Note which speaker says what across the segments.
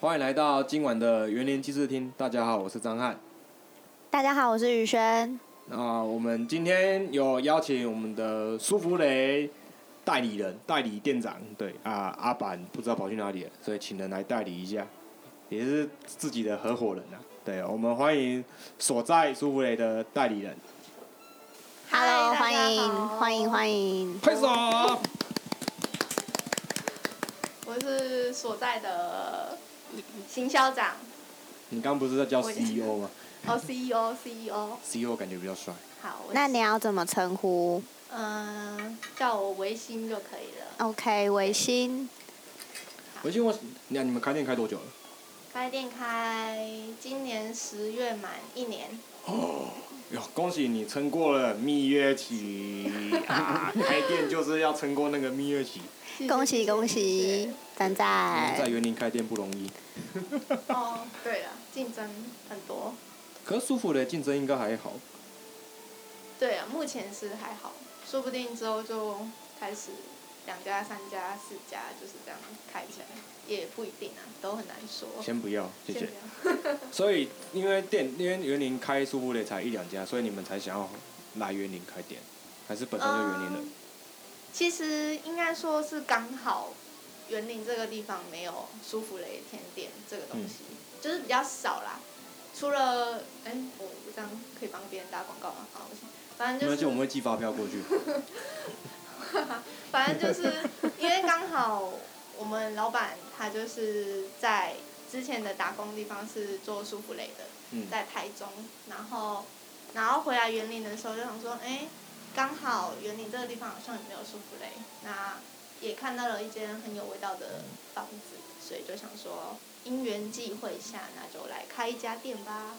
Speaker 1: 欢迎来到今晚的园林记事厅。大家好，我是张翰。
Speaker 2: 大家好，我是宇轩。
Speaker 1: 那我们今天有邀请我们的舒芙蕾代理人、代理店长，对啊，阿板不知道跑去哪里了，所以请人来代理一下，也是自己的合伙人啊。对，我们欢迎所在舒芙蕾的代理人，
Speaker 2: Hello，欢迎欢迎欢迎。
Speaker 1: 拍手。
Speaker 3: 我是所在的行销长，
Speaker 1: 你刚不是在叫
Speaker 3: 我
Speaker 1: CEO 吗
Speaker 3: 哦，CEO CEO，
Speaker 1: ？CEO 感觉比较帅。
Speaker 3: 好，我
Speaker 2: 那你要怎么称呼
Speaker 3: 嗯、叫我维新就可以了。
Speaker 2: ？OK，维新。
Speaker 1: 我记得我，那你们开店开多久了？
Speaker 3: 开店开今年十月满一年，
Speaker 1: 哟，恭喜你撑过了蜜月 期啊！开店就是要撑过那个蜜月期，嗯
Speaker 3: 谢谢
Speaker 2: 恭喜恭！
Speaker 3: 谢
Speaker 2: 喜
Speaker 3: 谢，
Speaker 2: 赞
Speaker 1: 在
Speaker 2: 赞。
Speaker 1: 园林开店不容易。
Speaker 3: 哦，对了，竞争很多，
Speaker 1: 可是舒服的竞争应该还好，
Speaker 3: 对啊，目前是还好，说不定之后就开始两家、三家、四家就是这样开起来，也不一定啊，都很难说。
Speaker 1: 哦先不要，谢
Speaker 3: 先
Speaker 1: 谢
Speaker 3: 不。要
Speaker 1: 所以因为店，因为园林开舒服的才一两家，所以你们才想要来园林开店，还是本身就园林人？
Speaker 3: 嗯其实应该说是刚好，园林这个地方没有舒芙蕾甜点这个东
Speaker 1: 嗯
Speaker 3: 西，就是比较少啦。除了哎、我我这样可以帮别人打广告吗？好，不行，反
Speaker 1: 没
Speaker 3: 正
Speaker 1: 关系，
Speaker 3: 就
Speaker 1: 我们
Speaker 3: 是，
Speaker 1: 会寄发票过 去。
Speaker 3: 反正就是因为刚好我们老板他就是在之前的打工地方是做舒芙蕾的，
Speaker 1: 嗯，
Speaker 3: 在台中，然后然后回来园林的时候就想说，哎，刚好园林这个地方好像也没有舒芙蕾，那也看到了一间很有味道的房子，所以就想说因缘际会下，那就来开一家店吧，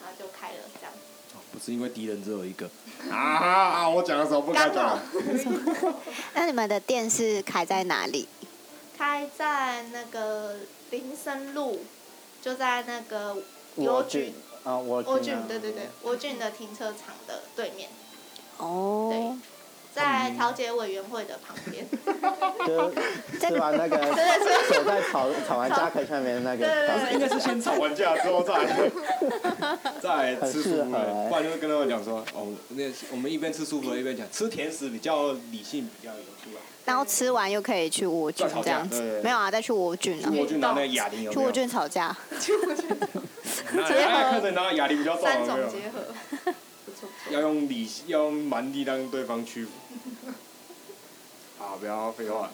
Speaker 3: 然后就开了这样。
Speaker 1: 哦不是因为敌人只有一个啊啊！我讲的时候不该
Speaker 3: 刚好
Speaker 1: 讲。
Speaker 2: 那你们的店是开在哪里？
Speaker 3: 开在那个林森路，就在那个
Speaker 4: 蜗
Speaker 3: 邮
Speaker 4: 苣
Speaker 3: 局
Speaker 4: 啊，蜗
Speaker 3: 蜗
Speaker 4: 苣啊
Speaker 3: 郡，对对对，蜗郡的停车场的对面，
Speaker 2: 哦，
Speaker 3: 在调解委员会的旁边。
Speaker 4: 就是吃完那个
Speaker 3: 真的是
Speaker 4: 手在炒炒完价可以上面那个
Speaker 3: 对对对
Speaker 4: 房
Speaker 1: 应该是先 吵完架之后再再来吃舒芙
Speaker 4: 很适合
Speaker 1: 蕾，
Speaker 4: 欸
Speaker 1: 不然就会跟他们讲说，哦，那我们一边吃舒芙蕾一边讲，吃甜食比较理性，比较有啊出来。
Speaker 2: 然后吃完又可以去蜗
Speaker 1: 再
Speaker 2: 菌
Speaker 1: 吵架
Speaker 2: 这样
Speaker 1: 对对
Speaker 2: 子
Speaker 1: 对，
Speaker 2: 没有啊，再去蜗菌啊，
Speaker 1: 我就拿那个哑铃有
Speaker 2: 去
Speaker 1: 没有
Speaker 2: 蜗？菌吵架。
Speaker 1: 拿哎看着拿哑铃比较重有
Speaker 3: 三
Speaker 1: 没
Speaker 3: 种
Speaker 1: 有？
Speaker 3: 结合，不错不错。
Speaker 1: 要用理，要用蛮力让对方屈服。 好，不要废 话。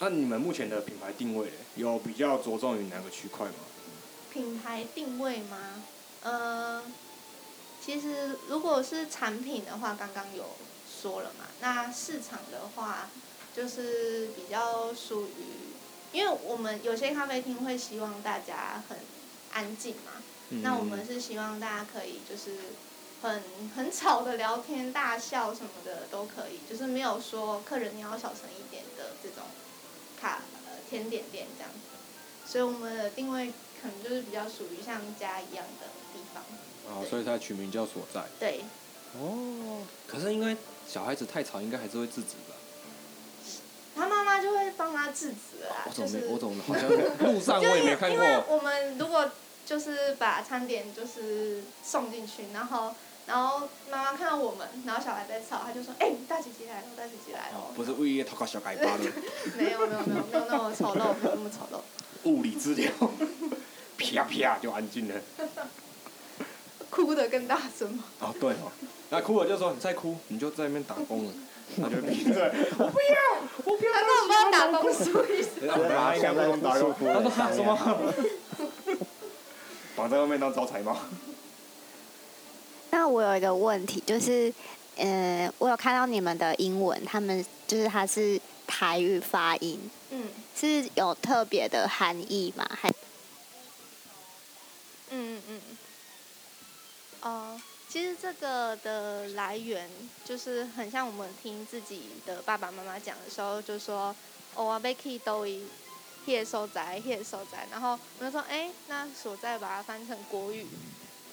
Speaker 1: 那你们目前的品牌定位嘞有比较着重于哪个区块吗？
Speaker 3: 品牌定位吗？呃，其实如果是产品的话，刚刚有说了嘛。那市场的话，就是比较属于，因为我们有些咖啡厅会希望大家很安静嘛，
Speaker 1: 嗯
Speaker 3: 那我们是希望大家可以就是很很吵的聊天、大笑什么的都可以，就是没有说客人你要小声一点的这种卡呃甜点店这样子。所以我们的定位可能就是比较属于像家一样的地方，
Speaker 1: 哦，所以它取名叫所在。
Speaker 3: 对，
Speaker 1: 哦，可是因为小孩子太吵，应该还是会制止吧？
Speaker 3: 他妈妈就会帮他制止了啦
Speaker 1: 哦我，
Speaker 3: 啊就
Speaker 1: 怎么
Speaker 3: 是
Speaker 1: 没，我怎么好像路上
Speaker 3: 就
Speaker 1: 我
Speaker 3: 是
Speaker 1: 也
Speaker 3: 因
Speaker 1: 没
Speaker 3: 为
Speaker 1: 看
Speaker 3: 因为
Speaker 1: 过。
Speaker 3: 我们如果就是把餐点就是送进去，然后然后妈妈看到我们，然后小孩在吵，他就说：“哎、大姐姐来了，大姐姐来了。
Speaker 1: 哦，不是物业讨个小改巴 的
Speaker 3: 没有没有没有没有那么丑陋，没有那么丑陋。
Speaker 1: 物理治疗，啪啪就安静了。
Speaker 3: 哭的更大声吗？
Speaker 1: 哦，对哦，那哭了就说你再哭，你就在那边打工了， 他就闭嘴，我不要，我不要。
Speaker 3: 啊那我们要打工数一数。
Speaker 1: 然后他应该不用打工，他说哈什么？绑在外面当招财猫。
Speaker 2: 那我有一个问题，就是，呃，我有看到你们的英文，他们就是它是台语发音，
Speaker 3: 嗯
Speaker 2: 是有特别的含义吗？还
Speaker 3: 嗯嗯嗯。哦、其实这个的来源就是很像我们听自己的爸爸妈妈讲的时候，就说哦，我被 key 都一。叶收宅，叶收宅，然后我就说，哎、那所在把它翻成国语，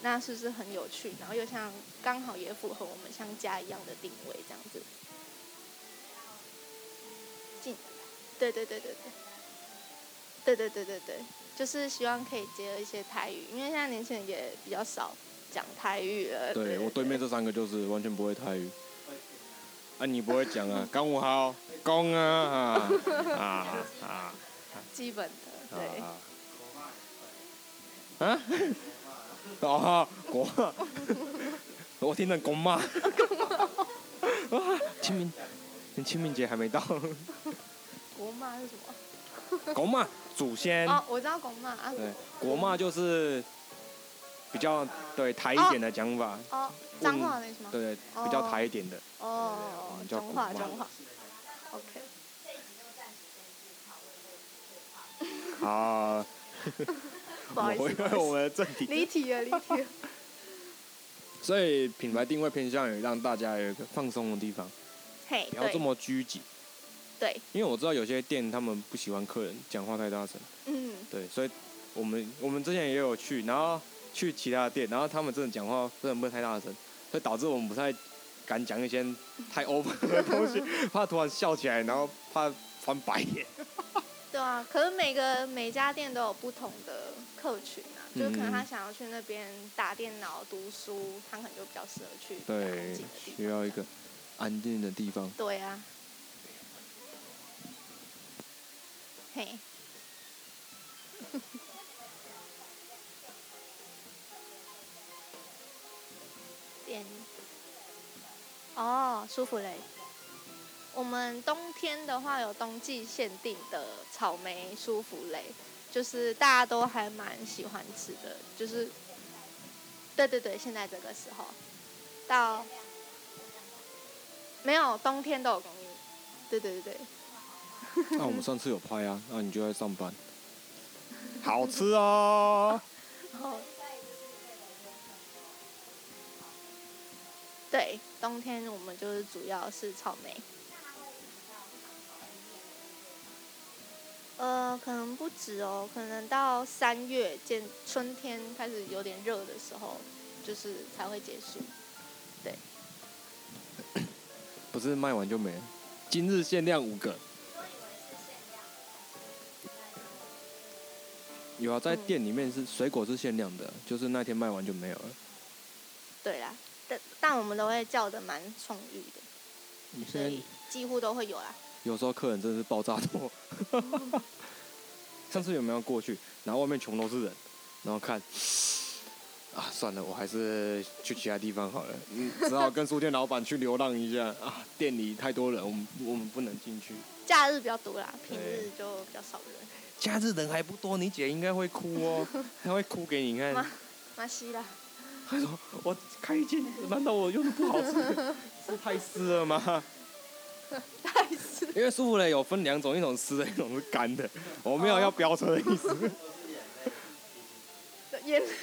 Speaker 3: 那是不是很有趣？然后又像刚好也符合我们像家一样的定位，这样子。进，对对对对对。对对对对对，就是希望可以结合一些台语，因为现在年轻人也比较少讲台语 了。
Speaker 1: 对我对面这三个就是完全不会台语。啊，你不会讲啊？刚我好，公啊啊啊啊！
Speaker 3: 基本的对。
Speaker 1: 啊？ 哦，国 骂，我听成国骂。哇，清明，连清明节还没 到。
Speaker 3: 国骂是什么？
Speaker 1: 国骂祖先，
Speaker 3: 哦，我知道国骂啊。
Speaker 1: 对，国骂就是比较对台一点的讲法，
Speaker 3: 哦，脏话那什么？
Speaker 1: 对，比较台一点的。
Speaker 3: 哦，中华中华。OK。
Speaker 1: 好，
Speaker 3: 不好意思
Speaker 1: 我回
Speaker 3: 不好
Speaker 1: 归
Speaker 3: 意思
Speaker 1: 我们的正题。
Speaker 3: 离题 了，离题了。
Speaker 1: 所以品牌定位偏向于让大家有一个放松的地方，
Speaker 3: 嘿，
Speaker 1: 不要这
Speaker 3: 对
Speaker 1: 么拘谨。
Speaker 3: 对，
Speaker 1: 因为我知道有些店他们不喜欢客人讲话太大声，
Speaker 3: 嗯，
Speaker 1: 对，所以我们我们之前也有去，然后去其他的店，然后他们真的讲话真的不会太大声，所以导致我们不太敢讲一些太 over 的东西，怕突然笑起来，然后怕翻白眼。
Speaker 3: 对啊。可是每个每家店都有不同的客群啊，就是可能他
Speaker 1: 嗯
Speaker 3: 想要去那边打电脑读书，他可能就比较适合去比
Speaker 1: 对需
Speaker 3: 较安静的地，方。
Speaker 1: 要一个安静的地方。
Speaker 3: 对啊。嘿，点哦，舒芙蕾。我们冬天的话有冬季限定的草莓舒芙蕾，就是大家都还蛮喜欢吃的，就是对对对，现在这个时候到没有冬天都有供应，对对对对。
Speaker 1: 那、我们上次有拍啊，那、你就在上班，好吃哦。
Speaker 3: 哦，对，冬天我们就是主要是草莓。呃，可能不止哦，可能到三月见春天开始有点热的时候，就是才会结束。
Speaker 1: 不是卖完就没了，今日限量五个。有啊，在
Speaker 3: 嗯
Speaker 1: 店里面是水果是限量的，就是那天卖完就没有了。
Speaker 3: 对啦，但但我们都会叫的蛮充裕的，
Speaker 1: 你
Speaker 3: 所以几乎都会有啦。
Speaker 1: 有时候客人真的是爆炸多。 上次有没有过去？然后外面全部都是人，然后看，啊，算了，我还是去其他地方好了。嗯，只好跟书店老板去流浪一下啊。店里太多人，我们我们不能进去。
Speaker 3: 假日比较多啦，平
Speaker 1: 对
Speaker 3: 日就比较少人。
Speaker 1: 假日人还不多，你姐应该会哭 哦，她会哭给你看。
Speaker 3: 妈马西啦，
Speaker 1: 他说：“我开一间，难道我用的不好吃？是太湿了 吗？
Speaker 3: 太是
Speaker 1: 因为舒芙蕾有分两种，一种湿的，一种是干的。我没有要飙车的意思。
Speaker 3: 眼泪，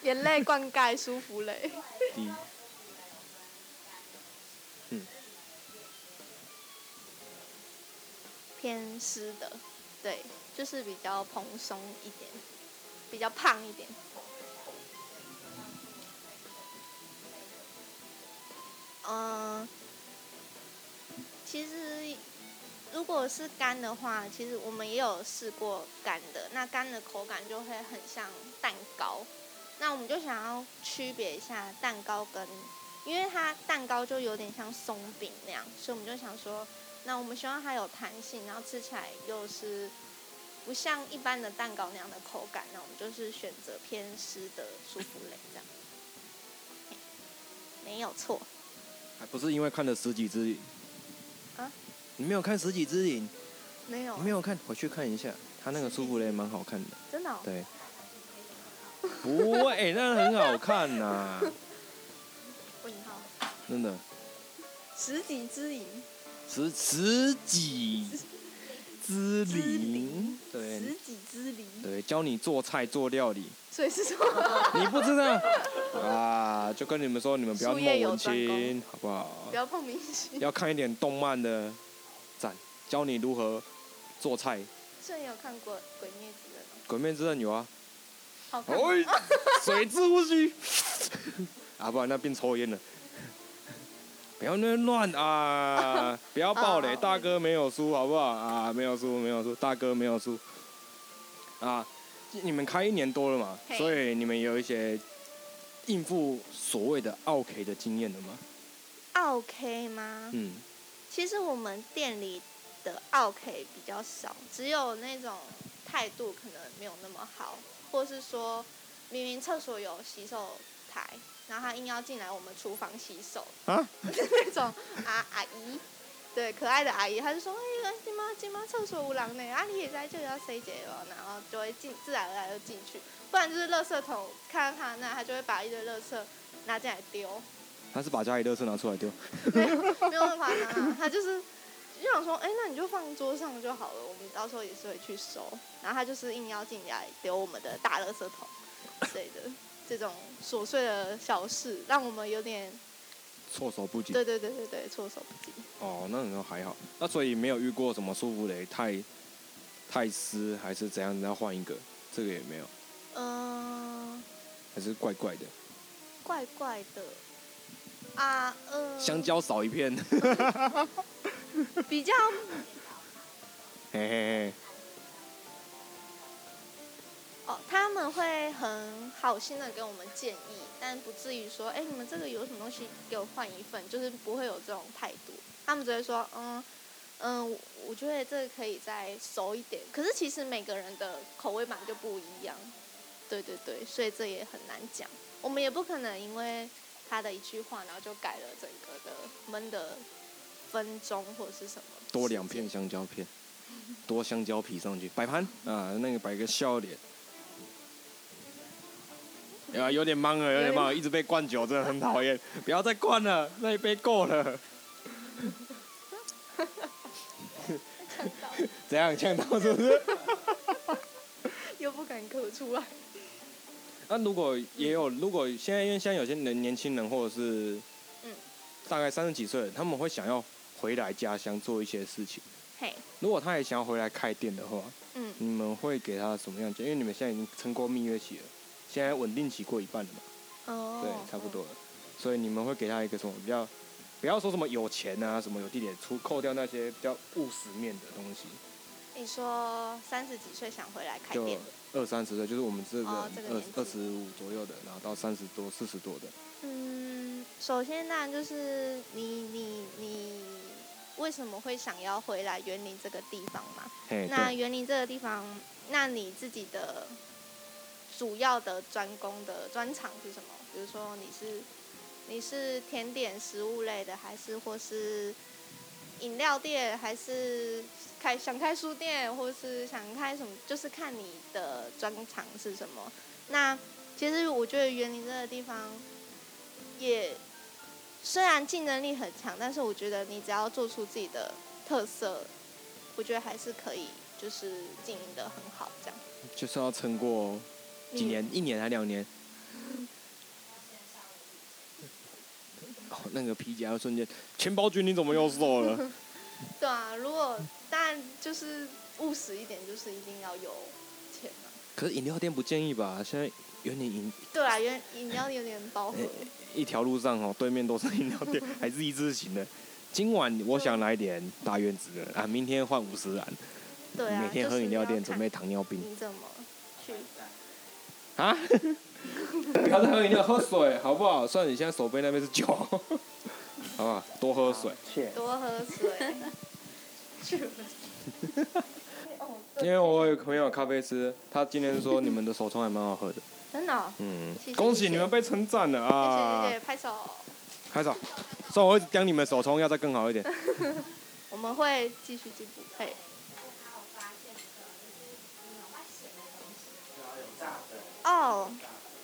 Speaker 3: 眼泪灌溉舒芙蕾。
Speaker 1: 第一，
Speaker 3: 偏湿的，对，就是比较蓬松一点，比较胖一点。嗯、其实如果是干的话，其实我们也有试过干的，那干的口感就会很像蛋糕。那我们就想要区别一下蛋糕跟，因为它蛋糕就有点像松饼那样，所以我们就想说，那我们希望它有弹性，然后吃起来又是不像一般的蛋糕那样的口感，那我们就是选择偏湿的舒芙蕾这样， 嘿没有错。
Speaker 1: 还不是因为看了十几只影
Speaker 3: 啊？哦
Speaker 1: 你没有看十几只影？
Speaker 3: 没有
Speaker 1: 你没有看，回去看一下。他那个舒芙蕾蛮好看的，
Speaker 3: 真的、哦，
Speaker 1: 对。不会，欸那很好看呐、
Speaker 3: 问号，
Speaker 1: 真的。
Speaker 3: 十几只影，
Speaker 1: 十十几只灵，对
Speaker 3: 十几只梨，
Speaker 1: 对，教你做菜做料理。
Speaker 3: 所以是什么？
Speaker 1: 你不知道啊？就跟你们说，你们不要那
Speaker 3: 术业
Speaker 1: 么
Speaker 3: 有
Speaker 1: 文
Speaker 3: 专攻
Speaker 1: 青，好不好？
Speaker 3: 不要碰明星。
Speaker 1: 要看一点动漫的展，教你如何做菜。《
Speaker 3: 所以你有看过《鬼灭之刃》吗？
Speaker 1: 鬼灭之刃》有啊，
Speaker 3: 好看吗，
Speaker 1: 哦，水之呼吸，啊，不然那变抽烟了。不要那么乱啊！不要暴雷，
Speaker 3: 哦
Speaker 1: 大哥没有输，好不好啊？没有输，没有输，大哥没有输。啊，你们开一年多了嘛，
Speaker 3: 嘿
Speaker 1: 所以你们有一些应付所谓的奥 K 的经验了吗？
Speaker 3: 奥 K 吗？
Speaker 1: 嗯，
Speaker 3: 其实我们店里的奥 K 比较少，只有那种态度可能没有那么好，或是说明明厕所有洗手台，然后他硬要进来我们厨房洗手
Speaker 1: 啊，
Speaker 3: 那种啊阿姨。对，可爱的阿姨，她就说：“哎、欸，金妈，金妈，厕所有人呢，啊，你也在就要谁解了，然后就会进，自然而然就进去。不然就是垃圾桶，看到他那，他就会把一堆垃圾拿进来丢。
Speaker 1: 他是把家里垃圾拿出来丢，
Speaker 3: 没有办法拿，啊他就是就想说，哎、那你就放桌上就好了，我们到时候也是会去收。然后他就是硬要进来丢我们的大垃圾桶之类的，这种琐碎的小事，让我们有点
Speaker 1: 措手不及。
Speaker 3: 对对对对对措手不及。
Speaker 1: 哦，那时候还好。那所以没有遇过什么舒芙蕾太太湿还是怎样，要换一个，这个也没有，
Speaker 3: 嗯、
Speaker 1: 还是怪怪的。
Speaker 3: 怪怪的啊，呃，
Speaker 1: 香蕉少一 片，
Speaker 3: 比较
Speaker 1: 嘿嘿嘿，
Speaker 3: 哦，他们会很好心的给我们建议，但不至于说，哎、你们这个有什么东西给我换一份，就是不会有这种态度。他们只会说，嗯嗯，我我觉得这个可以再熟一点。可是其实每个人的口味版就不一样，对对对，所以这也很难讲。我们也不可能因为他的一句话，然后就改了整个的焖的分钟或者是什么。
Speaker 1: 多两片。香蕉片，多香蕉皮上去，摆盘啊，那个摆个笑脸。啊，有点忙了，有点忙了，一直被灌酒，真的很讨厌。不要再灌了，那一杯够了。怎样呛到是不是？
Speaker 3: 又不敢咳出来。
Speaker 1: 那如果也有，如果现在因为现在有些人年轻人或者是，
Speaker 3: 嗯
Speaker 1: 大概三十几岁的人，他们会想要回来家乡做一些事情。
Speaker 3: 嘿，
Speaker 1: 如果他也想要回来开店的话，
Speaker 3: 嗯
Speaker 1: 你们会给他什么样的建议？因为你们现在已经撑过蜜月期了，现在稳定期过一半了嘛，
Speaker 3: 哦，
Speaker 1: 对，差不多了。所以你们会给他一个什么比较？不要说什么有钱啊，什么有地点，除扣掉那些比较务实面的东西，
Speaker 3: 你说三十几岁想回来开
Speaker 1: 就
Speaker 3: 店的，
Speaker 1: 二三十岁，就是我们这个
Speaker 3: 哦这个
Speaker 1: 二
Speaker 3: 年纪
Speaker 1: 二十五左右的，然后到三十多、四十多的，
Speaker 3: 嗯，首先当然就是你你你为什么会想要回来园林这个地方嘛？
Speaker 1: 嘿，
Speaker 3: 那
Speaker 1: 对，
Speaker 3: 园林这个地方，那你自己的主要的专攻的专长是什么？比如说你是你是甜点食物类的，还是或是饮料店，还是开想开书店，或是想开什么？就是看你的专长是什么。那其实我觉得园林这个地方也虽然竞争力很强，但是我觉得你只要做出自己的特色，我觉得还是可以，就是经营的很好这样。
Speaker 1: 就是要撑过几
Speaker 3: 你
Speaker 1: 年，一年还两年。哦，那个皮夹的瞬间，钱包君你怎么又瘦了？
Speaker 3: 对啊，如果当然就是务实一点，就是一定要有钱嘛。
Speaker 1: 可是饮料店不建议吧？现在园林饮
Speaker 3: 对啊，原饮料有点饱和
Speaker 1: 哎。一条路上哦，对面都是饮料 店，还是一字型的。今晚我想来点大院子的啊，明天换五十兰，
Speaker 3: 对啊，
Speaker 1: 每天喝饮料店准备糖尿
Speaker 3: 就是
Speaker 1: 病
Speaker 3: 要看嗯你怎么去？
Speaker 1: 啊！不要再喝饮料，喝水好不好？算你现在手背那边是酒， 好不好？多喝水，
Speaker 4: 切，
Speaker 3: 多喝水。
Speaker 1: 因为我有朋友有咖啡师，他今天说你们的手冲还蛮好喝的，
Speaker 3: 真的哦、
Speaker 1: 嗯
Speaker 3: 谢谢，
Speaker 1: 恭喜你们被称赞了啊
Speaker 3: 谢谢！谢谢，拍手。
Speaker 1: 开始，虽然我一直讲你们手冲要再更好一 点，
Speaker 3: 我们会继续进步。哎，哦，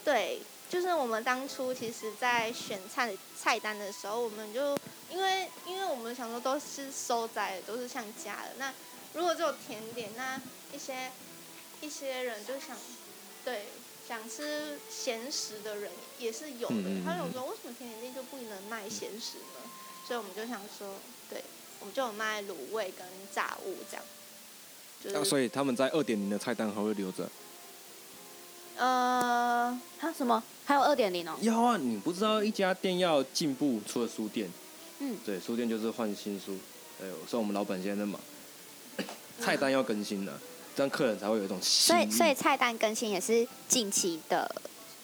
Speaker 3: 对，就是我们当初其实，在选菜菜单的时候，我们就因为因为我们想说都是收摘的，都是像家的。那如果只有甜点，那一些一些人就想对想吃咸食的人也是有的。
Speaker 1: 嗯嗯嗯
Speaker 3: 他有说为什么甜点店就不能卖咸食呢？所以我们就想说，对，我们就有卖卤味跟炸物这样。就是、
Speaker 1: 啊所以他们在二点零的菜单还会留着。
Speaker 3: 呃，
Speaker 2: 还有什么？还有二点零哦。
Speaker 1: 要啊，你不知道一家店要进步，除了书店，
Speaker 2: 嗯，
Speaker 1: 对，书店就是换新书，对，所以我们老板现在在忙， 菜单要更新了，啊这样客人才会有一种新
Speaker 2: 所
Speaker 1: 意。
Speaker 2: 以所以菜单更新也是近期的，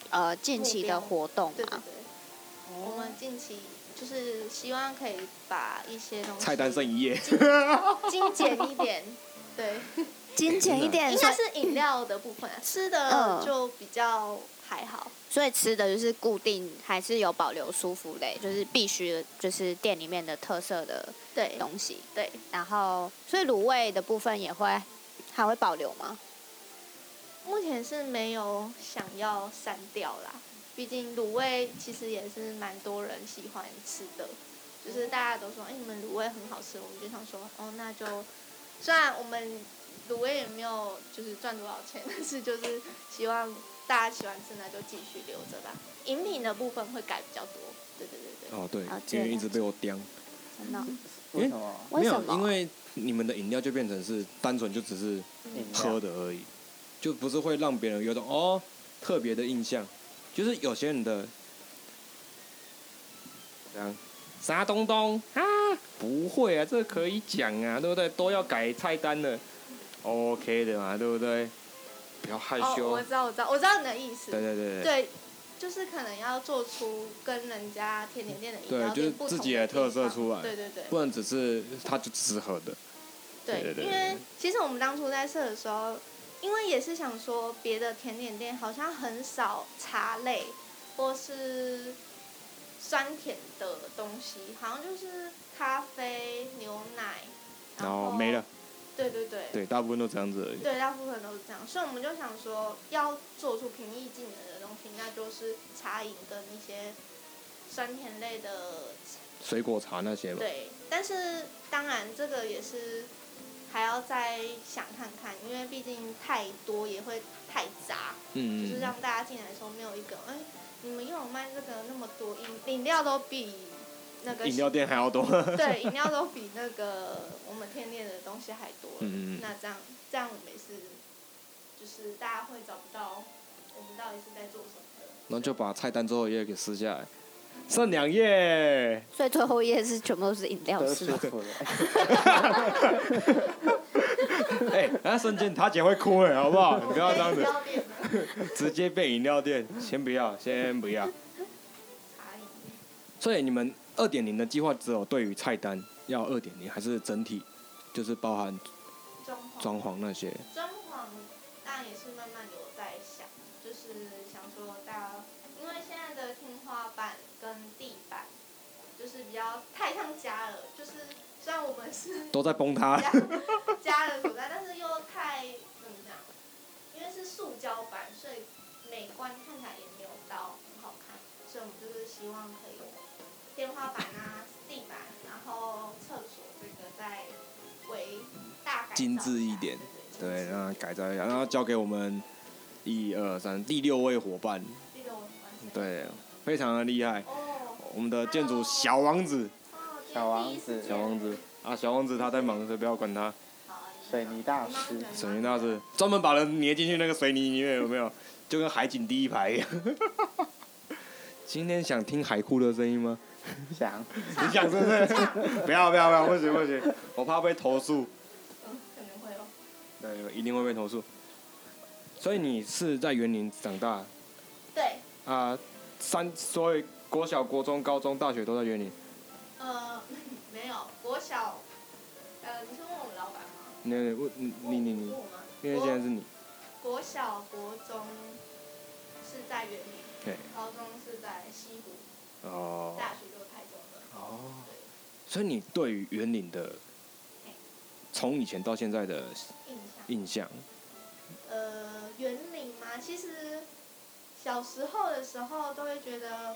Speaker 2: 呃，近期的活动啊
Speaker 3: 对对
Speaker 2: 嘛。
Speaker 3: 对，我们近期就是希望可以把一些东西
Speaker 1: 菜单剩一 页，
Speaker 3: 精简一点，对，
Speaker 2: 精简一点，
Speaker 3: 应
Speaker 2: 所
Speaker 3: 该
Speaker 2: 以
Speaker 3: 是饮料的部分啊，吃的
Speaker 2: 嗯
Speaker 3: 就比较还好。
Speaker 2: 所以吃的就是固定，还是有保留舒服类，就是必须的，就是店里面的特色的
Speaker 3: 对
Speaker 2: 东西。
Speaker 3: 对，
Speaker 2: 然后，所以卤味的部分也会还会保留吗？
Speaker 3: 目前是没有想要删掉啦，毕竟卤味其实也是蛮多人喜欢吃的，就是大家都说，哎、你们卤味很好吃，我们就想说，哦，那就虽然我们卤味也没有就是赚多少钱， 但是就是希望大家喜欢吃，那就继续留着吧。饮品的部分会改比较多，对对对对，
Speaker 1: 哦对
Speaker 2: 了，解
Speaker 1: 因为一直被我刁，
Speaker 2: 真的？
Speaker 1: 因
Speaker 4: 为
Speaker 1: 为
Speaker 4: 什么？
Speaker 2: 为
Speaker 1: 没
Speaker 2: 什
Speaker 1: 有，
Speaker 2: 么？
Speaker 1: 因为你们的饮料就变成是单纯就只是
Speaker 3: 嗯
Speaker 4: 饮料
Speaker 1: 喝的而已，就不是会让别人有种哦特别的印象，就是有些人的，这样啥东东啊，不会啊，这个可以讲啊，对不对？都要改菜单了，OK 的嘛，对不对？不要害
Speaker 3: 哦，
Speaker 1: 羞，
Speaker 3: 我知道，我知道，我知道你的意思。
Speaker 1: 对对对对
Speaker 3: 对，就是可能要做出跟人家甜点店的饮
Speaker 1: 对
Speaker 3: 料
Speaker 1: 就是
Speaker 3: 店不
Speaker 1: 自
Speaker 3: 同
Speaker 1: 己的
Speaker 3: 的
Speaker 1: 特
Speaker 3: 地
Speaker 1: 色
Speaker 3: 方
Speaker 1: 出来
Speaker 3: 对对对，
Speaker 1: 不然只是它就只是喝的，对对
Speaker 3: 对，
Speaker 1: 对
Speaker 3: 因
Speaker 1: 对
Speaker 3: 为其实我们当初在设的时候，因为也是想说别的甜点店好像很少茶类或是酸甜的东西，好像就是咖啡、牛奶，
Speaker 1: 然
Speaker 3: 后
Speaker 1: 后没了，。
Speaker 3: 对对对。
Speaker 1: 对，大部分都这样子而已。
Speaker 3: 对，大部分都是这样，所以我们就想说，要做出平易近人的东西，那就是茶饮跟一些酸甜类的
Speaker 1: 水果茶那些吧。
Speaker 3: 对，但是当然这个也是还要再想看看，因为毕竟太多也会太杂，
Speaker 1: 嗯，
Speaker 3: 就是让大家进来的时候没有一个，哎、你们又有卖这个那么多饮饮料都比那个
Speaker 1: 饮料店还要多。
Speaker 3: 对饮料都比那个我们天天的东西还 多了，
Speaker 1: 嗯嗯嗯
Speaker 3: 那这样这样我们也是，就是大家会找不到我们到底是在做什么的。
Speaker 1: 然后就把菜单最后一页给撕下来，剩两 页。
Speaker 2: 所以最后一页是全部都是饮料
Speaker 4: 都
Speaker 2: 是
Speaker 4: 舒
Speaker 2: 吗？
Speaker 4: 服了。
Speaker 1: 哎、那瞬间他姐会哭哎，好不好？你不要这样
Speaker 3: 饮
Speaker 1: 子，
Speaker 3: 料店的
Speaker 1: 直接变饮料店，先不要，先不要。
Speaker 3: 茶饮，
Speaker 1: 所以你们二点零的计划只有对于菜单要二点零，还是整体就是包含
Speaker 3: 装潢
Speaker 1: 装潢那些？
Speaker 3: 装潢当然也是慢慢有在想，就是想说大家，因为现在的天花板跟地板就是比较太像家了，就是虽然我们是
Speaker 1: 都在崩 塌。
Speaker 3: 家家人所在，但是又太怎么讲？嗯因为是塑胶板，所以美观看起来也没有到很好看，所以我们就是希望可以天花板啊、地板，然后厕所这个再为大改造
Speaker 1: 精致一
Speaker 3: 下
Speaker 1: 点，
Speaker 3: 对
Speaker 1: 对，
Speaker 3: 精致
Speaker 1: 让它
Speaker 3: 一点
Speaker 1: 改造一下，然后交给我们一二三第六位伙伴，
Speaker 3: 这个我很关心。
Speaker 1: 对，非常的厉害。
Speaker 3: 哦，
Speaker 1: 我们的建筑小王子，
Speaker 3: 哦今天
Speaker 4: 小王
Speaker 3: 第一次
Speaker 4: 子
Speaker 3: 见
Speaker 1: 小王子啊，小王子他在忙，所以不要管他。
Speaker 3: 好
Speaker 4: 水泥大师
Speaker 1: 水泥大师专门把人捏进去那个水泥里面，有没有？就跟海景第一排一样。今天想听海哭的声音吗？
Speaker 4: 想，
Speaker 1: 你想是不 是？不要不要不要，不行不行，我怕被投诉。
Speaker 3: 嗯，可能会哦。
Speaker 1: 对，一定会被投诉。所以你是在园林长大
Speaker 3: 对，
Speaker 1: 啊？三，所以国小、国中、高中、大学都在园林。
Speaker 3: 呃， 没有国小，呃，你是问我们老板吗？
Speaker 1: 你我你你你
Speaker 3: 问
Speaker 1: 你，
Speaker 3: 我吗？
Speaker 1: 因为现在是你，
Speaker 3: 国国小、国中是在园林，
Speaker 1: 对，
Speaker 3: 高中是在西湖，
Speaker 1: 哦
Speaker 3: 大学就台中了。
Speaker 1: 哦。
Speaker 3: 对，
Speaker 1: 所以你对于园林的，从以前到现在的
Speaker 3: 印象。
Speaker 1: 印象，
Speaker 3: 呃园林嘛，其实小时候的时候都会觉得，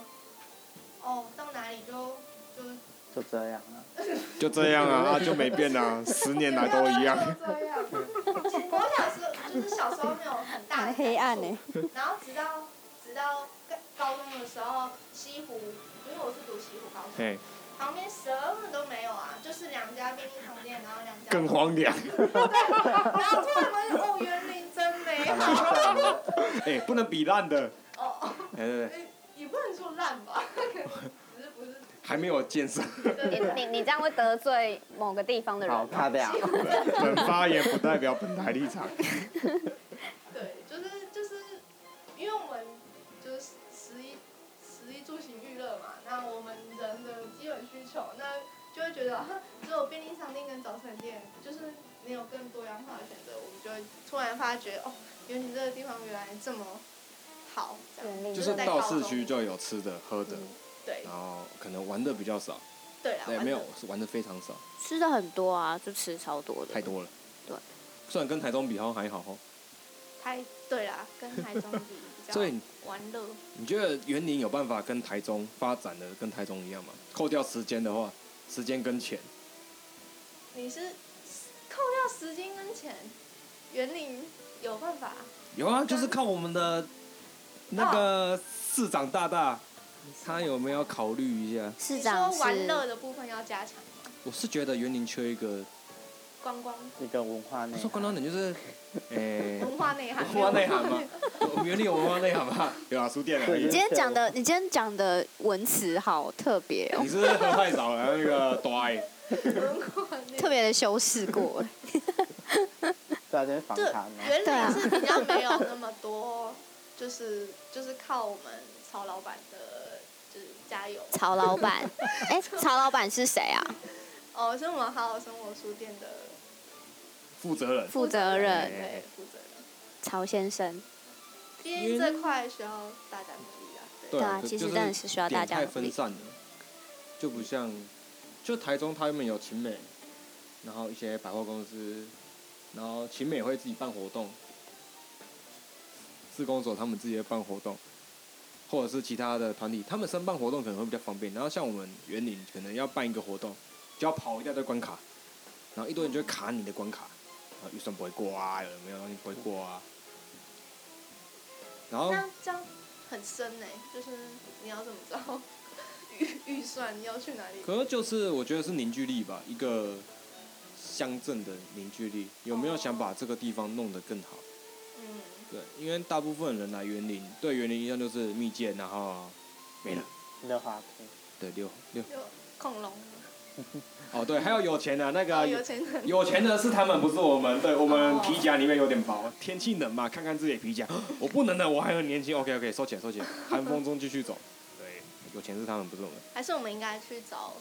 Speaker 3: 哦，到哪里就就
Speaker 4: 就这样啊。
Speaker 1: 就这样 啊，啊就没变啊，十年来都一样。。
Speaker 3: 其实我小时候就是小时候没有很大的
Speaker 2: 很黑暗
Speaker 3: 感
Speaker 2: 呢
Speaker 5: 欸
Speaker 3: 触。然后直到直到高高中的时候，西湖，因为我是读西湖高中，
Speaker 1: 哎，
Speaker 3: 旁边什么都没有啊，就是两家便利商店，然后两家。哦
Speaker 1: 更荒凉。
Speaker 3: 然后突然发现哦，园林真美
Speaker 4: 看
Speaker 3: 好。
Speaker 4: 到这样
Speaker 1: 哎，不能比烂的。
Speaker 3: 哦，
Speaker 1: 哎对对，
Speaker 3: 哎也不能说烂吧，只是不是。
Speaker 1: 还没有建设，
Speaker 3: 对对
Speaker 5: 你你这样会得罪某个地方的人
Speaker 4: 好，啊
Speaker 5: 哦。
Speaker 4: 卡掉。
Speaker 1: 本发言不代表本台立场。
Speaker 3: 对，就是就是，因为我们就是食衣食衣住行娱乐嘛，那我们人的基本需求，那就会觉得呵只有便利商店跟早餐店，就是没有更多样化的选择，我们就会突然发觉哦，原来这个地方原来这么好，这样
Speaker 5: 便利
Speaker 1: 就是
Speaker 3: 在
Speaker 1: 到
Speaker 3: 高
Speaker 1: 市
Speaker 3: 中
Speaker 1: 区就有吃的喝的，
Speaker 3: 对
Speaker 1: 然后可能玩的比较少，
Speaker 3: 对啦，
Speaker 1: 对，
Speaker 3: 完
Speaker 1: 没有
Speaker 3: 全
Speaker 1: 是玩的非常少，
Speaker 2: 吃的很多啊，就吃超多的，
Speaker 1: 太多了。
Speaker 2: 对，
Speaker 1: 虽然跟台中比好像还好哦。
Speaker 3: 台对啦，跟台 中比比较
Speaker 1: 所以你
Speaker 3: 玩乐，
Speaker 1: 你觉得园林有办法跟台中发展的跟台中一样吗？扣掉时间的话，时间跟钱，
Speaker 3: 你是扣掉时间跟钱，园林有办法。
Speaker 1: 有啊，就是靠我们的那个市长大大，他有没有考虑一下？
Speaker 2: 市
Speaker 3: 你
Speaker 2: 长
Speaker 3: 说玩
Speaker 2: 是
Speaker 3: 乐的部分要加强吗？
Speaker 1: 我是觉得园林缺一个，
Speaker 3: 观光
Speaker 4: 一个文化
Speaker 1: 不
Speaker 4: 内涵，
Speaker 1: 说观光点就是，哎诶、
Speaker 3: 文化内涵，
Speaker 1: 文化内涵嘛， 我们园林有文化内涵吗？ 有啊，书店而已
Speaker 2: 你今天讲的，你今天讲的文词好特别哦
Speaker 1: 你，是不是喝太少了，那个短。
Speaker 3: 文化内
Speaker 2: 特别的修饰 过。
Speaker 4: 对啊，这是访
Speaker 3: 对
Speaker 4: 谈哦，
Speaker 3: 原
Speaker 2: 对
Speaker 3: 理
Speaker 2: 啊
Speaker 3: 是比较没有那么多，就是就是靠我们曹老板的，就是加油
Speaker 2: 曹老板，哎、曹老板是谁啊？
Speaker 3: 哦，是我们好好生活书店的
Speaker 1: 负责人。
Speaker 2: 负责人
Speaker 3: 对，负责人。
Speaker 2: 曹先生。
Speaker 3: 因为这块需要大家努力啊，对，
Speaker 1: 哦
Speaker 2: 对啊，其实真的是需要大
Speaker 1: 点
Speaker 2: 家
Speaker 1: 太
Speaker 2: 努
Speaker 1: 分
Speaker 2: 力。
Speaker 1: 散了，就不像，就台中他们有晴美，然后一些百货公司，然后晴美会自己办活动，施工所他们自己会办活动，或者是其他的团体，他们申办活动可能会比较方便。然后像我们园林可能要办一个活动，就要跑一大堆关卡，然后一堆人就会卡你的关卡，啊预算不会过啊，有没有东西不会过啊，然后。
Speaker 3: 那这样很深呢，就是你要怎么知道 预预算要去哪里？
Speaker 1: 可能就是我觉得是凝聚力吧，一个乡镇的凝聚力，有没有想把这个地方弄得更好？
Speaker 3: 嗯，
Speaker 1: 对，因为大部分人来园林，对园林印象就是蜜饯，然后没了，
Speaker 4: 六花铺，
Speaker 1: 对，六六
Speaker 3: 就恐龙，
Speaker 1: 哦，对，还有有钱的、那个
Speaker 3: 哦有钱人，
Speaker 1: 有钱的是他们，不是我们。对我们皮夹里面有点
Speaker 3: 哦
Speaker 1: 薄，天气冷嘛，看看自己的皮夹。我不能的，我还很年轻。OK OK，收起来收起来，寒风中继续走。对，有钱是他们，不是我们。
Speaker 3: 还是我们应该去找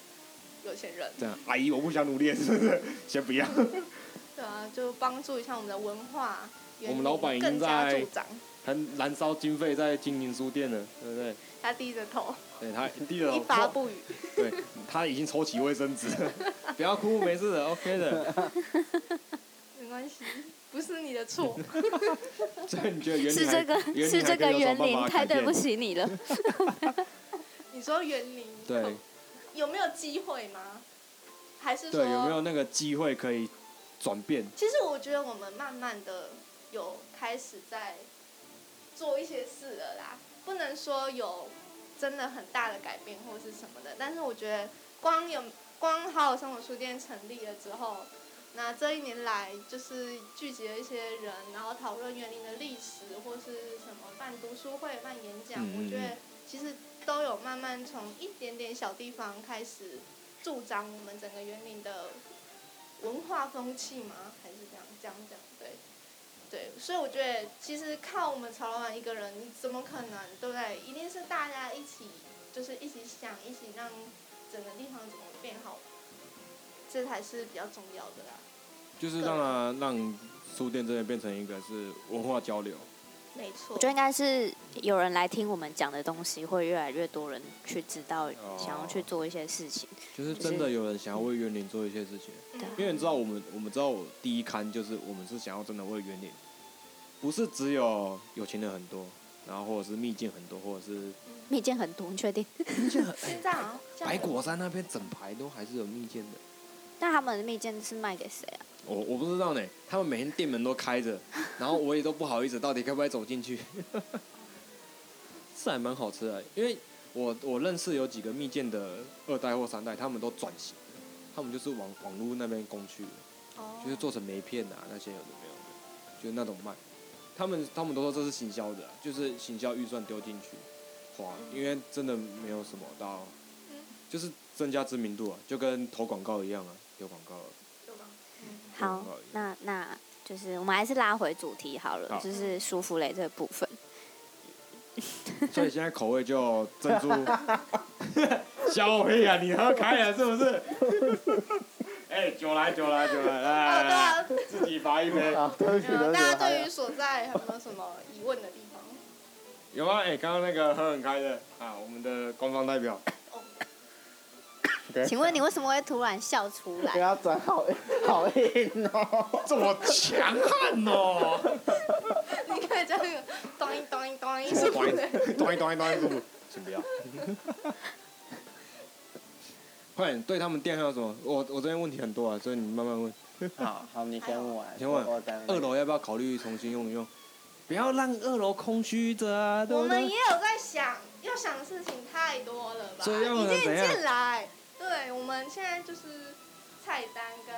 Speaker 3: 有钱人？
Speaker 1: 这样，阿姨，我不想努力，是不是？先不要。
Speaker 3: 对啊，就帮助一下我们的文化。
Speaker 1: 我们老板已经
Speaker 3: 更加
Speaker 1: 在
Speaker 3: 助长，
Speaker 1: 他燃烧经费在经营书店了，对不对？
Speaker 3: 他低着头，
Speaker 1: 对啊他低了
Speaker 3: 一
Speaker 1: 头，
Speaker 3: 发不语。
Speaker 1: 对他已经抽起卫生纸了， 不要哭，没事的，OK 的。
Speaker 3: 没关系，不是你的 错。
Speaker 1: 所以你觉得园林
Speaker 2: 是这个
Speaker 1: 还
Speaker 2: 是这个园林太对不。
Speaker 1: 园林还可以有什么办法改变
Speaker 2: 起 你了。
Speaker 3: 你说园林
Speaker 1: 对
Speaker 3: 有没有机会吗？还是说
Speaker 1: 对，有没有那个机会可以转变？
Speaker 3: 其实我觉得我们慢慢的有开始在做一些事了啦，不能说有真的很大的改变或是什么的，但是我觉得光有光好好生活书店成立了之后，那这一年来就是聚集了一些人，然后讨论园林的历史或是什么办读书会、办演讲，
Speaker 1: 嗯嗯嗯
Speaker 3: 我觉得其实都有慢慢从一点点小地方开始助长我们整个园林的文化风气吗？还是这样这样讲？对，对，所以我觉得其实靠我们曹老板一个人，你怎么可能对不对？一定是大家一起，就是一起想，一起让整个地方怎么变好，这才是比较重要的啦。
Speaker 1: 就是让他让书店这边变成一个是文化交流，
Speaker 3: 没错
Speaker 2: 我觉，得应该是有人来听我们讲的东西，会越来越多人去知道，想要去做一些事情。
Speaker 1: 就是真的有人想要为园林做一些事情。因
Speaker 3: 嗯，
Speaker 1: 为你知道我们，我们知道我第一刊就是我们是想要真的为园林，不是只有有钱人很多，然后或者是秘境很多，或者是
Speaker 2: 蜜饯很多，你确定？
Speaker 3: 嗯现在啊，这样
Speaker 1: 白果山那边整排都还是有蜜饯的。
Speaker 2: 那他们的蜜饯是卖给谁啊？
Speaker 1: 我我不知道呢，他们每天店门都开 着，然后我也都不好意思，到底该不该走进去？ 是还蛮好吃的，因为我我认识有几个蜜饯的二代或三代，他们都转型了，他们就是往网络那边攻去了。
Speaker 3: 哦
Speaker 1: 就是做成梅片啊那些有的没有的，就是那种卖。他们他们都说这是行销的啊、就是行销预算丢进去花，因为真的没有什么到
Speaker 3: 嗯
Speaker 1: 就是增加知名度啊，就跟投广告一样啊，有广告
Speaker 3: 对吧？嗯，
Speaker 2: 好，那那就是我们还是拉回主题好了，
Speaker 1: 好
Speaker 2: 就是舒芙蕾这部 分。
Speaker 1: 所以现在口味就珍珠。小屁啊，你喝开了是不是？ 哎、酒来酒来酒来，来来来，
Speaker 3: 哦，对啊，
Speaker 1: 自己罚一杯。
Speaker 4: 啊，对不起，对
Speaker 3: 没有嗯
Speaker 4: 不起
Speaker 3: 大家
Speaker 4: 哎
Speaker 3: 对
Speaker 4: 呀
Speaker 3: 于所在有没有什么疑问的地方？
Speaker 1: 有吗？哎、刚刚那个喝很开的啊，我们的官方代表，
Speaker 4: 对
Speaker 2: 请问你为什么会突然笑出
Speaker 4: 不
Speaker 2: 来？
Speaker 4: 要转好好硬哦。
Speaker 1: 这么强悍哦、
Speaker 3: 你可以这样咚一咚一咚一， 是不
Speaker 1: 短
Speaker 3: 是？
Speaker 1: 短短短，不，请不要。快点，对他们店还有什么？我我这边问题很多啊，所以你慢慢问。
Speaker 4: 好好，你先问完，
Speaker 1: 先问
Speaker 4: 我再
Speaker 1: 二楼要不要考虑重新用一用？不要让二楼空虚着啊，对
Speaker 3: 我
Speaker 1: 不
Speaker 3: 们
Speaker 1: 对
Speaker 3: 也？有在想，要想的事情太多了吧？
Speaker 1: 所以要不
Speaker 3: 一
Speaker 1: 然
Speaker 3: 件
Speaker 1: 怎
Speaker 3: 一
Speaker 1: 样
Speaker 3: 件来。对，我们现在就是菜单跟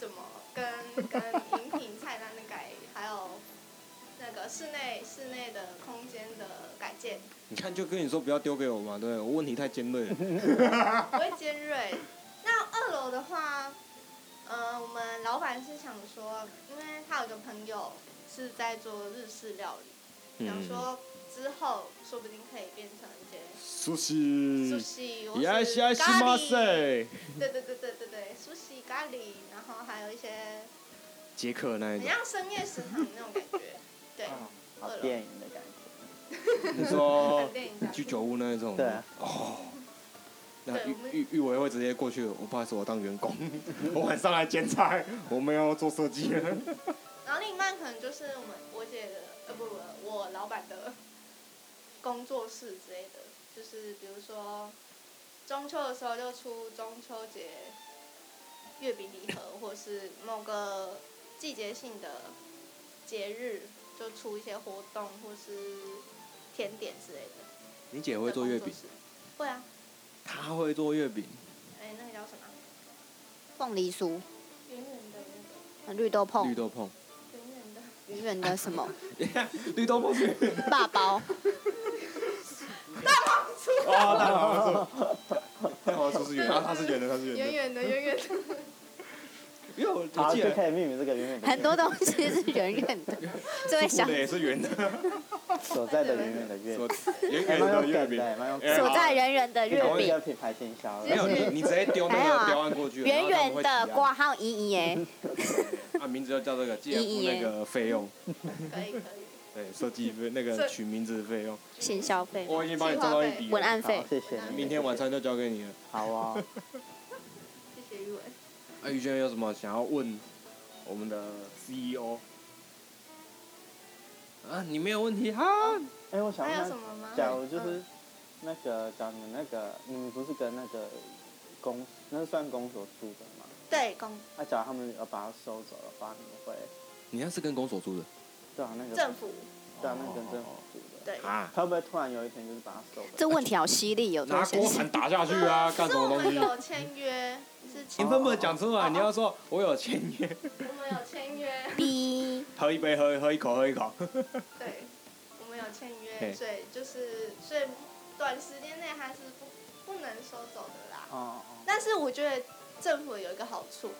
Speaker 3: 什么，跟跟饮品菜单的改，还有那个室内室内的空间的改建，
Speaker 1: 你看，就跟你说不要丢给我嘛，对不对我问题太尖锐了。
Speaker 3: 不会尖锐。那二楼的话，呃，我们老板是想说，因为他有一个朋友是在做日式料理，想
Speaker 1: 嗯，
Speaker 3: 说之后说不定可以变成一些。
Speaker 1: 苏
Speaker 3: 寿
Speaker 1: 西，
Speaker 3: 司，我
Speaker 1: 呀
Speaker 3: 是
Speaker 1: 西西
Speaker 3: 咖
Speaker 1: 马
Speaker 3: 喱，
Speaker 1: 塞，
Speaker 3: 对对对对对对，寿司咖喱，然后还有一些
Speaker 1: 杰克那一
Speaker 3: 很
Speaker 1: 种。
Speaker 3: 像深夜食堂那种感觉，对，
Speaker 4: 啊好电影的感觉。
Speaker 1: 你说
Speaker 3: 看电影这样
Speaker 1: 居酒屋那一种？
Speaker 4: 对啊。
Speaker 1: 哦。那
Speaker 3: 对
Speaker 1: 玉
Speaker 3: 我们
Speaker 1: 玉玉委会直接过去了，我不好意思，我当员工，
Speaker 4: 嗯
Speaker 1: 我晚上来兼差，我们要做设计了。
Speaker 3: 然后另一半可能就是我们我姐的，呃不不，我老板的 工作室之类的，就是比如说中秋的时候就出中秋节月饼礼盒，或是某个季节性的节日就出一些活动或是甜点之类的。
Speaker 1: 你姐会做月饼，？
Speaker 3: 会啊，
Speaker 1: 她会做月饼，
Speaker 3: 哎、那个叫什么啊？
Speaker 2: 凤梨酥、
Speaker 3: 圆圆的那
Speaker 2: 绿豆
Speaker 1: 绿
Speaker 4: 哦
Speaker 2: 椪、
Speaker 1: 豆椪，
Speaker 3: 个，圆圆的。
Speaker 2: 圆圆的什么
Speaker 1: 绿豆椪是
Speaker 2: 霸包，
Speaker 1: 哦，蛋黄酥，蛋黄酥是圆的，啊它是圆的，它是
Speaker 3: 圆
Speaker 1: 圆的，
Speaker 3: 圆的，圆圆的，
Speaker 1: 因为我我
Speaker 4: 好，
Speaker 1: 记
Speaker 4: 就
Speaker 1: 得
Speaker 4: 可以命名这个圆圆的。
Speaker 2: 很多东西是圆圆的。这位
Speaker 1: 苏
Speaker 2: 小
Speaker 1: 的也是圆的，
Speaker 4: 所在的圆圆的月饼，
Speaker 1: 圆
Speaker 4: 还
Speaker 1: 圆
Speaker 4: 蛮
Speaker 1: 的
Speaker 4: 有
Speaker 1: 月
Speaker 4: 梗
Speaker 1: 饼
Speaker 4: 的，。哎蛮有梗
Speaker 1: 哎
Speaker 4: 的。哎
Speaker 2: 所在圆圆的月
Speaker 4: 同一
Speaker 2: 饼，
Speaker 4: 个品牌行销
Speaker 1: 没
Speaker 4: 了。
Speaker 1: 有你，你直接丢那
Speaker 2: 还有
Speaker 1: 个
Speaker 2: 啊
Speaker 1: 标案过去，
Speaker 2: 圆
Speaker 1: 然后他们
Speaker 2: 圆
Speaker 1: 会啊
Speaker 2: 的
Speaker 1: 提案
Speaker 2: 挂号一一耶，
Speaker 1: 啊，名字就叫这个，记得付那个费用，
Speaker 3: 可以可以。
Speaker 1: 对，设计费那个
Speaker 3: 这
Speaker 1: 取名字的费用，
Speaker 2: 性消费吗，
Speaker 1: 我已经帮你赚到一笔
Speaker 2: 文
Speaker 1: 了，
Speaker 2: 案
Speaker 4: 好
Speaker 2: 费，，
Speaker 4: 谢谢你。
Speaker 1: 明天晚餐就交给你了。
Speaker 4: 好啊，
Speaker 3: 谢谢玉伟。
Speaker 1: 啊，于轩有什么想要问我们的 E CEO？啊，你没有问题哈？
Speaker 4: 哎，我想
Speaker 3: 还有什
Speaker 4: 问，
Speaker 3: 么吗？嗯
Speaker 4: 假如就是那个，假如你那个，你们不是跟那个公，那算公所住的吗？
Speaker 3: 对公
Speaker 4: 那假如他们要把它收走的话，你们会
Speaker 1: 你那是跟公所住的？
Speaker 4: 对啊那个
Speaker 3: 政府
Speaker 4: 对啊那个跟政府住的，
Speaker 3: 对。
Speaker 1: 啊，
Speaker 4: 他会不会突然有一天就是把它收
Speaker 2: 这
Speaker 4: 走？
Speaker 2: 问题好犀利哦，
Speaker 1: 拿
Speaker 2: 这
Speaker 1: 锅
Speaker 2: 先生。
Speaker 1: 铲打下去啊，干
Speaker 3: 可
Speaker 1: 什
Speaker 3: 是我
Speaker 1: 么东
Speaker 3: 们
Speaker 1: 西？
Speaker 3: 有签约，是
Speaker 1: 你
Speaker 4: 哦
Speaker 3: 签，
Speaker 1: 分不能讲出来，你要说我有签约，
Speaker 3: 我们有签约，
Speaker 2: B
Speaker 1: 喝一杯，喝喝一口，喝一口。
Speaker 3: 对，我们有签约，
Speaker 1: 嘿
Speaker 3: 所以就是所以短时间内还是不不能收走的啦。
Speaker 4: 哦哦，
Speaker 3: 但是我觉得政府有一个好处，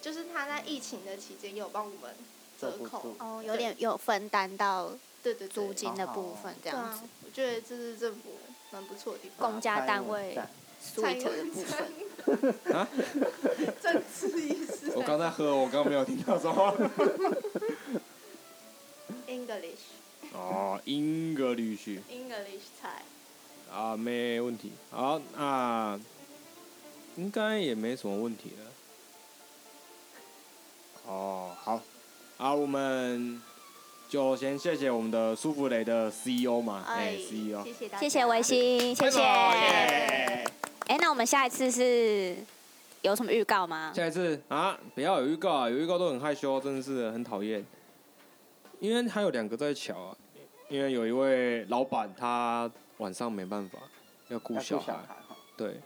Speaker 3: 就是他在疫情的期间也有帮我们折
Speaker 4: 政府
Speaker 3: 扣
Speaker 4: 助。
Speaker 2: 哦，有点有分担到
Speaker 3: 对对对，
Speaker 2: 租金的部分这
Speaker 3: 对
Speaker 2: 样
Speaker 3: 啊
Speaker 2: 子，，
Speaker 3: 我觉得这是政府蛮不错的地方。
Speaker 2: 公家单位
Speaker 4: 蔡英文在
Speaker 2: sweet 的部分。
Speaker 1: 啊，
Speaker 3: 政治意识
Speaker 1: 我刚才喝，我刚刚没有听到什么。
Speaker 3: English
Speaker 1: 哦，英格律去
Speaker 3: English 菜，
Speaker 1: 啊，没问题。好，那应该也没什么问题了。哦，好，啊，我们就先谢谢我们的舒芙蕾的 CEO 嘛，哎、
Speaker 3: 哎
Speaker 1: c e o
Speaker 3: 谢谢大家，
Speaker 2: 谢谢维新，谢谢。
Speaker 1: 耶
Speaker 2: 哎，那我们下一次是有什么预告吗？
Speaker 1: 下一次啊，不要有预告啊，有预告都很害羞，真的是很讨厌。因为还有两个在瞧啊，因为有一位老板他晚上没办法要顾
Speaker 4: 要
Speaker 1: 小
Speaker 4: 顾
Speaker 1: 孩
Speaker 4: 小，孩哈，
Speaker 1: 对，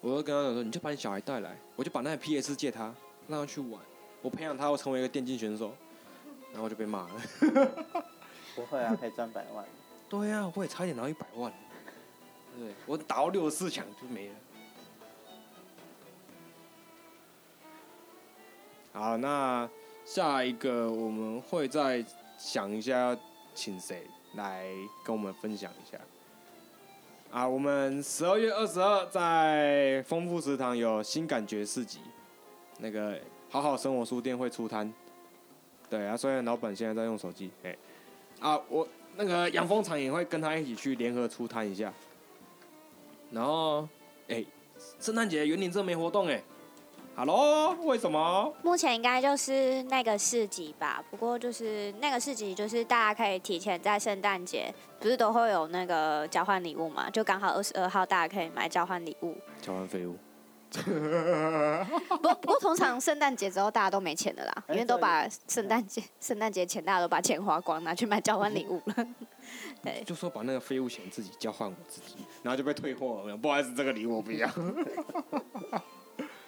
Speaker 1: 我就跟他讲说，你就把你小孩带来，我就把那台 PS 借他，让他去玩，我培养他会成为一个电竞选手，然后我就被骂了。
Speaker 4: 不会啊，可以赚百万。
Speaker 1: 对呀、啊，我也差一点拿一百万，对我打到六十四强就没了，好，那下一个我们会再想一下，请谁来跟我们分享一下。啊，我们十二月二十二在丰富食堂有新感觉市集，那个好好生活书店会出摊。对啊，虽然老板现在在用手机，哎、啊，我那个杨蜂场也会跟他一起去联合出摊一下。然后，哎、圣诞节园林这没活动哎、Hello，为什么？
Speaker 2: 目前应该就是那个市集吧，不过就是那个市集，就是大家可以提前在圣诞节，不是都会有那个交换礼物嘛？就刚好二十二号，大家可以买交换礼物。
Speaker 1: 交换废物。
Speaker 6: 不不过通常圣诞节之后大家都没钱的 啦，
Speaker 4: 哎
Speaker 6: 因为都
Speaker 4: 对
Speaker 6: 把圣诞节圣诞节钱大家都把钱花光，拿去买交换礼物了。对，
Speaker 1: 就说把那个废物钱自己交换我自己，然后就被退货了。不好意思，这个礼物我不要。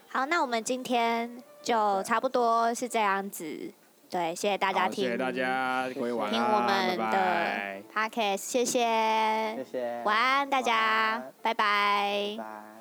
Speaker 2: 好，那我们今天就差不多是这样子。对，谢谢大家
Speaker 1: 好
Speaker 2: 听，
Speaker 1: 谢谢大家，各位晚安，
Speaker 2: 听我
Speaker 1: 拜
Speaker 2: 们
Speaker 1: 拜
Speaker 2: 的 podcast，谢谢，
Speaker 4: 谢谢，
Speaker 2: 晚安大家
Speaker 4: 晚安，
Speaker 2: 拜拜
Speaker 4: 拜。拜。